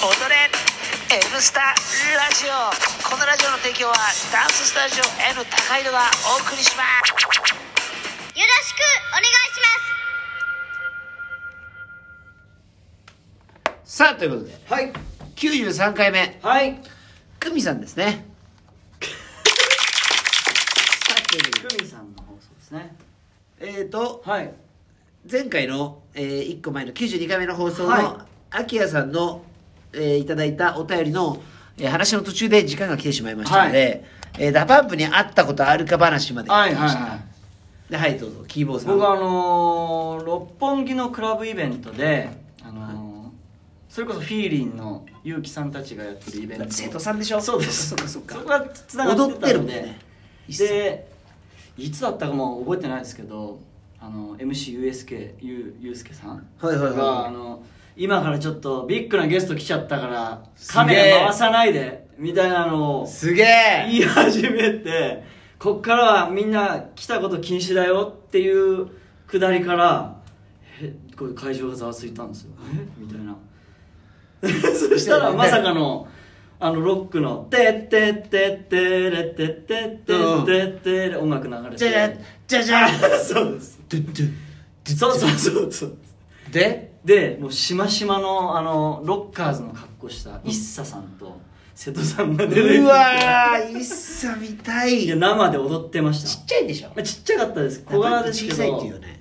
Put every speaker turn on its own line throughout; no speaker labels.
踊れ「N スタ」ラジオこのラジオの提供はダンススタジオ N 高井戸がお送りします
よろしくお願いします
さあということで
はい
93回目
はい
久美さんです ねさっきより
久美さんの放送ですね
えーと
はい
前回の、え1個前の92回目の放送
はい
のあきやさんの、えーいただいたお便りの、えー話の途中で時間が来てしまいましたので、えーダパンプに会ったことあるか話まで
はいはい
ました
はい
ではいどうぞキーボーさん
僕はあのー六本木のクラブイベントであのーそれこそフィーリンの結城さんたちがやってるイベント
生徒さんでしょ
そうです
そっかそっか
そこがつながってたので
踊ってるもんね一切
でいつだったかもう覚えてないですけどあの MCUSK ゆうゆうすけさん
はいはいはい
があの今からちょっとビッグなゲスト来ちゃったから
すげえ
カメラ回さないでみたいなのを
すげえ
言い始めてこっからはみんな来たこと禁止だよっていうくだりからえこういう会場がざわついたんですよえみたいなそしたらまさかの、あのロックの「てってってってれってってってってって」音楽流れて
じゃじゃじゃじゃ
そうです
ドゥドゥ
そうそうそうそう
で
でもうしましまのあのロッカーズの格好した一茶さんと瀬戸さんが出てきて
うわーいっさ見たい
い
ち
や
っ
生で踊ってました
ちゃいでしょ
まあ、ちっちゃかったです小柄ですけど
小さいっていうよね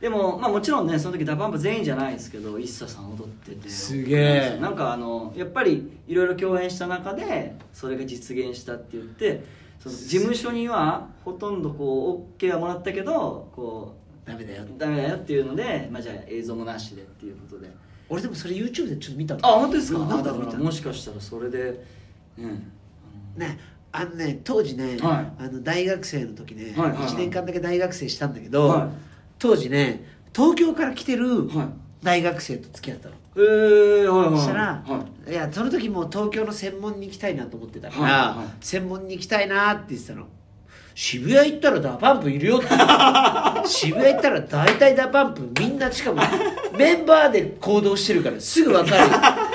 でも、まあ、もちろんねその時ダパンプ全員じゃないですけど ISSA さん踊ってて
すげえ
なんかあのやっぱりいろいろ共演した中でそれが実現したって言ってその事務所にはほとんどこう OK はもらったけどこ
ダメだよ
うダメだよっていうので、まあ、じゃあ映像もなしでっていうことで
俺でもそれ YouTube でちょっと見た
あ本当ですか
うん
あ
なん
だ
か
か
見
ら
た
もしかしたらそれでうん
ねあのね当時ね、
は
あの大学生の時ね、
はいはいはい
1年間だけ大学生したんだけど、
はい
当時ね東京から来てる
はい
大学生と付き合ったの、
えー、はいはい
そしたら、、
はい
やその時もう東京の専門に行きたいなと思ってたから、
はいはい
専門に行きたいなって言ってたの渋谷行ったらダパンプいる よって渋谷行ったら大体ダパンプみんなしかもメンバーで行動してるからすぐ分 かる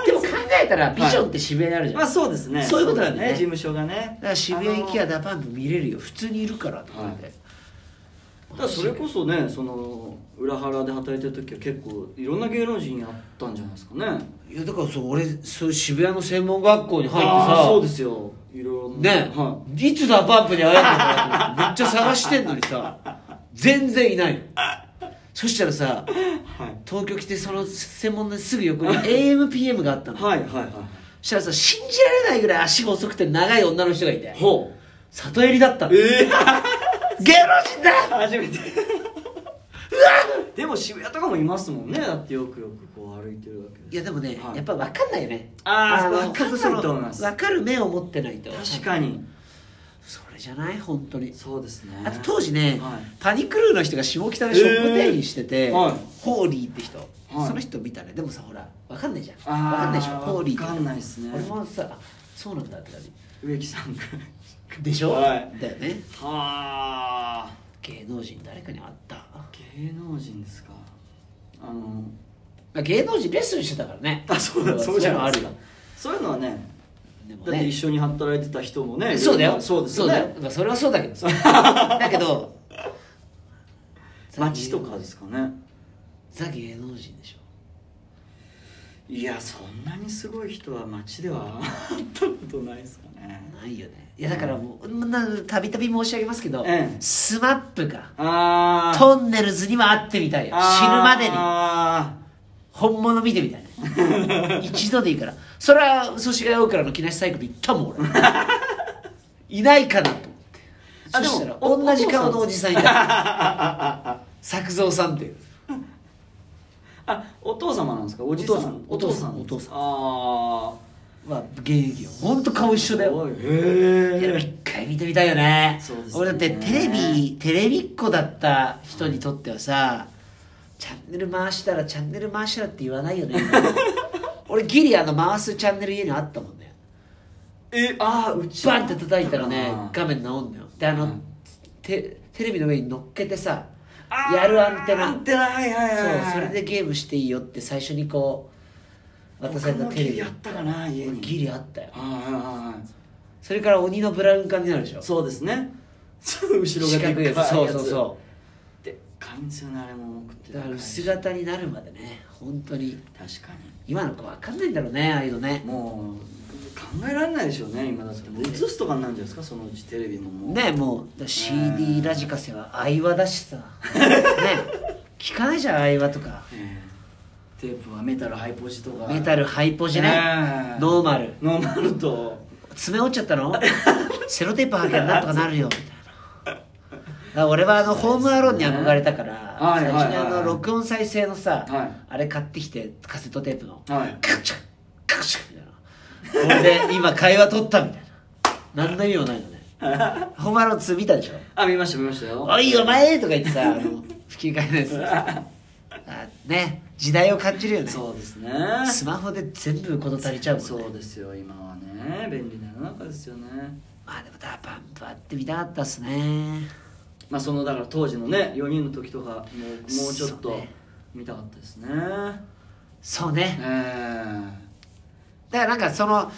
でも考えたらビジョンって渋谷にある
い
じゃん、
まあそうですね
そういうことなんだね
事務所がね
だから渋谷行き
あ
ゃ
の
ダパンプ見れるよ普通にいるからと思って、
はいだからそれこそねその裏腹で働いてる時は結構いろんな芸能人やったんじゃないですかね
いやだからそう俺そう渋谷の専門学校に入って
あ
さ
ーそうですよいろいろ
ね、、
はい
つダパンプに会えるのかなと思ってめっちゃ探してんのにさ全然いないのそしたらさ
い、はい、
東京来てその専門のすぐ横に AMPM があったのそ
はいはいはい
したらさ信じられないぐらい足が細くて長い女の人がいて
ほ
里襟だったの
う
芸
え
能人
え
だ
初めてでも渋谷とかもいますもんねだってよくよくこう歩いてるわけ
いやでもね、
はい
やっぱ分かんないよねの
あー分かんないと思います
その分かる目を持ってないと
です確かに
それじゃない本当に
そうですね
あと当時ね、
はい
パニクルーの人が下北でショップ店員してて、
えーはい
ホーリーって人、
い
その人見たねでもさほらわかんないじゃん
あー
わかんないでしょホーリーって
わかんないっすね
俺もさあそうなんだって感じ
植木さんが
でしょ、
はい
だよね
はあ
芸能人誰かに会った
芸能人ですかあの
まあ芸能人レッスンしてたからね
あそうだ
そ
そうう
じ
じ
ゃ
ゃ
の
な
あ
いで
る
す
よ
かそういうのはね
でも
だって
ね
一緒に働いてた人もね
そうだ
いろい
よ
ろそうです
そう
よ
だよ
ね
まあそれはそうだ けどさだけど
街とかですかね
ザ芸能人でしょ
いやそんなにすごい人は街では会ったことないですかね
ないよねいやだからもうなたびたび申し上げますけど、
ええ
スマップか
あー
トンネルズには会ってみたいよ死ぬまでに
あ
本物見てみたいね 一度でいいからそれは祖師ヶ谷大倉の木梨サイクル行ったもん俺 いないかなと思って
あ
そ
でも
したら
お
同じ顔のおじさんい た作造さんっていう
ーあお父様なんですかおじさん
お父さん
お
お
父
父
さ
さ
ん
ん
あ
まあ現役よ本当顔一緒
あ
だよいや
へ
一回見てみたいよね
そうですね
俺だってテレビテレビっ子だった人にとってはさ「チャンネル回したらチャンネル回したら」って言わないよ ね俺ギリあの回すチャンネル家にあったもんね
えああうち
バンって叩いたらね
あー
画面直んのよであの、
うん
てテレビの上に乗っけてさ
あー
やるアンテナ
アンテナはいはいはいはい
そうそれでゲームしていいよって最初にこう渡された
僕も
テレ
ギ
ビ
リあったかな家に
ギリあったよ
はいはいはい
それから鬼のブラウン管になるでしょ
そうですね後ろが
四角いやつそうそう
う
そ
でかいんですよねあれも重く
う
て
だから薄型になるまでね本当に
確かに
今の子分かんないんだろうねああいうのね
もう考えられないでしょうね今だってもう映すとかになるんじゃないですかそのうちテレビももう
ねもう CD ラジカセは相話だしさね聞かないじゃん相話とか
ええテープはメタルハイポジとか
メタルハイポジね
ええ
ノーマル
ノーマルと
爪折っちゃったのセロテープ貼けばなんとかなるよみたいなだから俺はあのホームアローンに憧れたから
はい
最
はいはい
初にあの録音再生のさ、
はい
あれ買ってきてカセットテープの、
はい
カチャカチャみたいなこれで今会話取ったみたいな何の意味もないのねホームアローン2見たでしょ
あ見ました見まし
「
たよ
おいお前!」とか言ってさあの吹き替えのや つあね時代を感じるよね
そうですね
スマホで全部事足りちゃうもんね
そうですよ今はね便利な世の中ですよね
まあでもダパンプあってみたかったっすね
まあそのだから当時のね4人の時とかもうもうちょっ
そう
と
ね
見たかったですね
そう
ええ
ねだからなんかその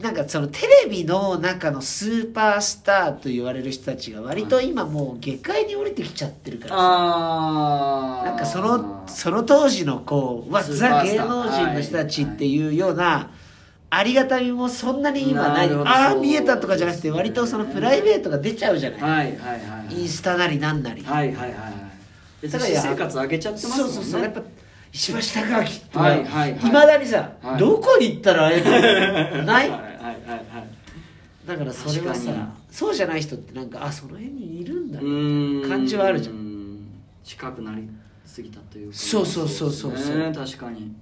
なんかそのテレビの中のスーパースターと言われる人たちが割と今もう下界に降りてきちゃってるからさ
ああ
なんかそのその当時のこううわ
スーパ
ザ
ース
芸
ター
能人の人たちっていうようなありがたみもそんなに今ない
なるほど
ああ
そう
見えたとかじゃなくて割とそのプライベートが出ちゃうじゃない
はいはいはいはい
インスタなりなんなり
はいはいはい別に私生活上げちゃってますもんね
そうそうそうやっぱ石橋貴明とか、
はいいはいはい
まだにさ、
はい
どこに行ったら会え るのない
はいはいはいはい
だからそれは
確かに
さそうじゃない人ってなんかあその辺にいるんだ
うーん
感じはあるじゃん
ん近くなりすぎたというか
そうそうそうそうそう
ですね確かに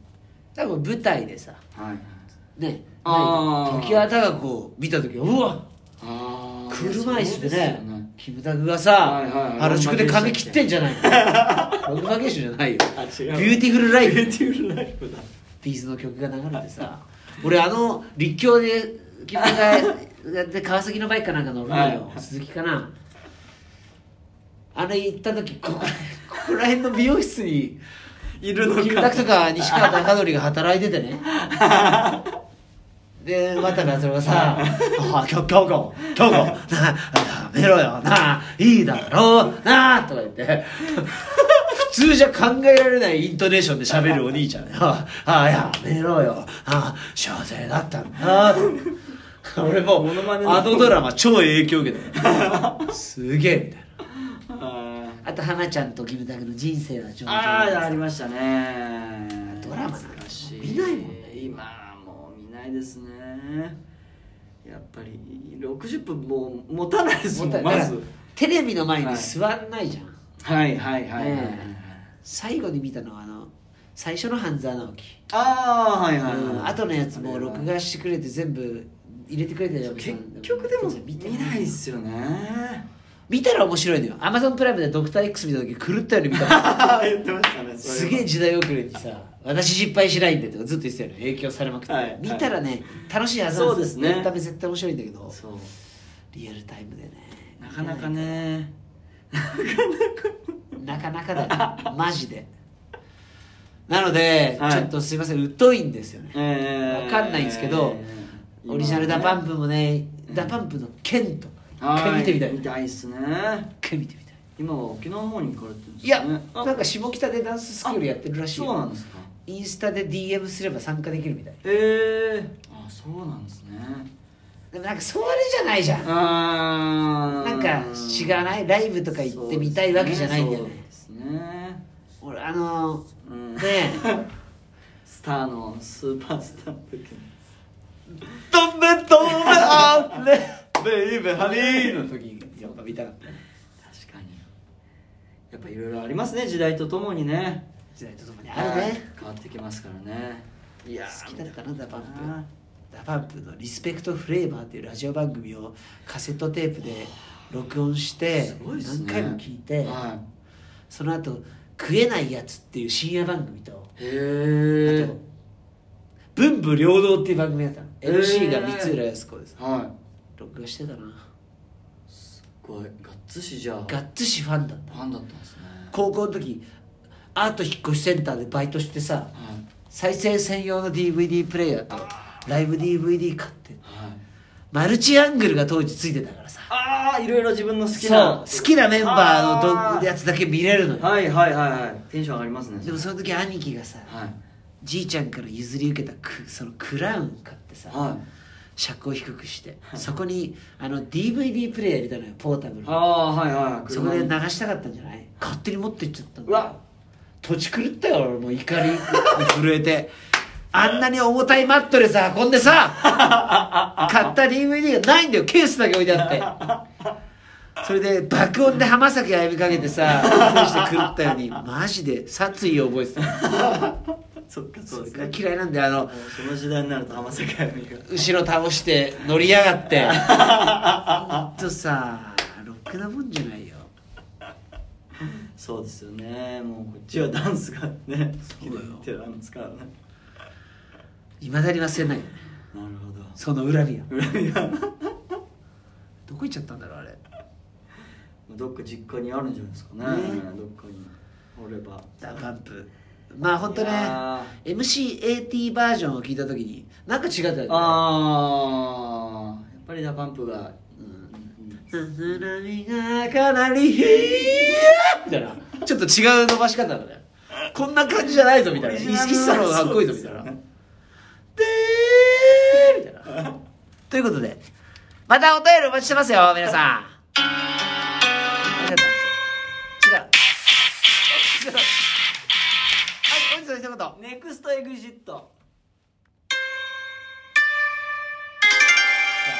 多分舞台でさ
はい
ね
あー
ない時は貴子を見た時はうわ
あー
車椅子で
そうすよ
ねキムタクがさ、
はいはいはい
原宿で髪切ってんじゃないのロングバケーションじゃないよ
あ違う
ビューティフルライフ
ビューティフルライフだ
ビーズの曲が流れてさ俺あの立教で君がで川崎のバイクかなんか乗るのよ、
はい
鈴木かなあれ行った時ここら ここら辺の美容室に
いるのか
君たくと か西川貴教が働いててねで渡部篤郎がさ「ああ今日今日今日今日なあやめろよなあいいだろうなあ」とか言って普通じゃ考えられないイントネーションで喋るお兄ちゃんよ「ああやめろよああ小生だったんだ」俺もう
モノマネの
あのドラマ超影響受け たすげえみたいな
あ
あと花ちゃんとキムタクの人生は上
ー
々
あーありましたね
ドラマなんか
懐かし
見ないもんね
今はもう見ないですねやっぱり60分もう持たないですも
思った
ん
よ
ま
だから
ず
テレビの前に座んないじゃん、
はいはいはいはいはい、
ね最後に見たのはあの最初の半沢直樹、
ああはいはい、
う
は
ん、
い、
後のやつも録画してくれて全部入れてくれてた
結局でも
見
見
て
ないっすよね
見たら面白いのよアマゾンプライムでドクター X 見た時狂ったように見たの
言ってましたねそ
す
れは
げえ時代遅れにさ私失敗しないんでとかずっと言ってたよね影響されまくって、
はい
見たらね楽しいはずなん
そうですね
エンタメ絶対面白いんだけど
そう
リアルタイムでね
なかなかね
なかなかだよマジでなので、
はい
ちょっとすいません疎いんですよね、
え
わかんないんですけどオリジナルダパンプもね
うん
ダパンプの剣と
一
一回見てみたい
見
一
たいっすね
回見てみたい
今は沖縄の方に行かれてるんです
いや
ねあ
なんか下北でダンススクールやってるらしいよ
そうなんですか
インスタで DM すれば参加できるみたい
ええあそうなんですね
でもなんかそれじゃないじゃん
あ
なんか違わないライブとか行ってみたいわけじゃないんだよね
そうですね
俺あの
そうですね
ね
うん スターのスーパースターの時の
どんべどんべあねベイベハニーの時やっぱ見たかったね
確かにやっぱいろいろありますね時代とともにね
時代とともにあるね
変わってきますからねいやー
好きだったなダパン
見たな
プダパンプの「リスペクトフレーバー」っていうラジオ番組をカセットテープで録音して
すごいっす
何
ね
回も聞いて
は
その後食えないやつ」っていう深夜番組と
い、へ
あ
え
と「文武両道」っていう番組やったの
へー
MC が三浦靖子でさ
はい
録画してたな
これガッツしじゃあ
ガッツしファンだった
ファンだったんですね
高校の時アート引っ越しセンターでバイトしてさ
はい
再生専用の DVD プレイヤーとライブ DVD 買って
はい、
マルチアングルが当時ついてたからさ
ああいろいろ自分の好き
そう
な
好きなメンバーの
あ
どやつだけ見れるのよ
はいはいはいはいテンション上がりますね
でもその時兄貴がさ
はい
じいちゃんから譲り受けたくそのクラウン買ってさ
はい
尺を低くしてそこにあの DVD プレイヤー入れたのよポータブル
あ
の
あはいはい
そこで流
車に
したかったんじゃない勝手に持ってっちゃったん
う
だよ
わ
土地狂ったよ俺もう怒りに 震えてあんなに重たいマットレス運んで さ買った DVD がないんだよケースだけ置いてあってそれで爆音で浜崎あゆみかけてさ運転して狂ったようにマジで殺意を覚えてた
そっかそうです
それ
ね
が嫌いなんであの
もうその時代になると浜坂あゆみが
後ろ倒して乗りやがってほんとさろくなもんじゃないよ
そうですよねもうこっちはダンスがね
そうだよ
好きでやってるんですからね
いまだに忘れないよね
なるほど
その恨みは
恨み が
どこ行っちゃったんだろうあれ
どっか実家にあるんじゃないですかね
ね
どっかにおれば
ダパンプまあ本当ね
いや
MCAT バージョンを聞いた時になんか違ったよね
ああやっぱりダパンプがうん
波がかなりひーみたいなちょっと違う伸ばし方だねこんな感じじゃないぞみたいな
オ
い
リ
一
ジナル
茶の方がかっこいいぞみたいな
そう
で
ですね
ーみたいなということでまたお便りお待ちしてますよ皆さんありがとう違う違うはい本日の一言
ネクストエグジット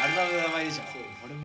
アルバムの名前でしょ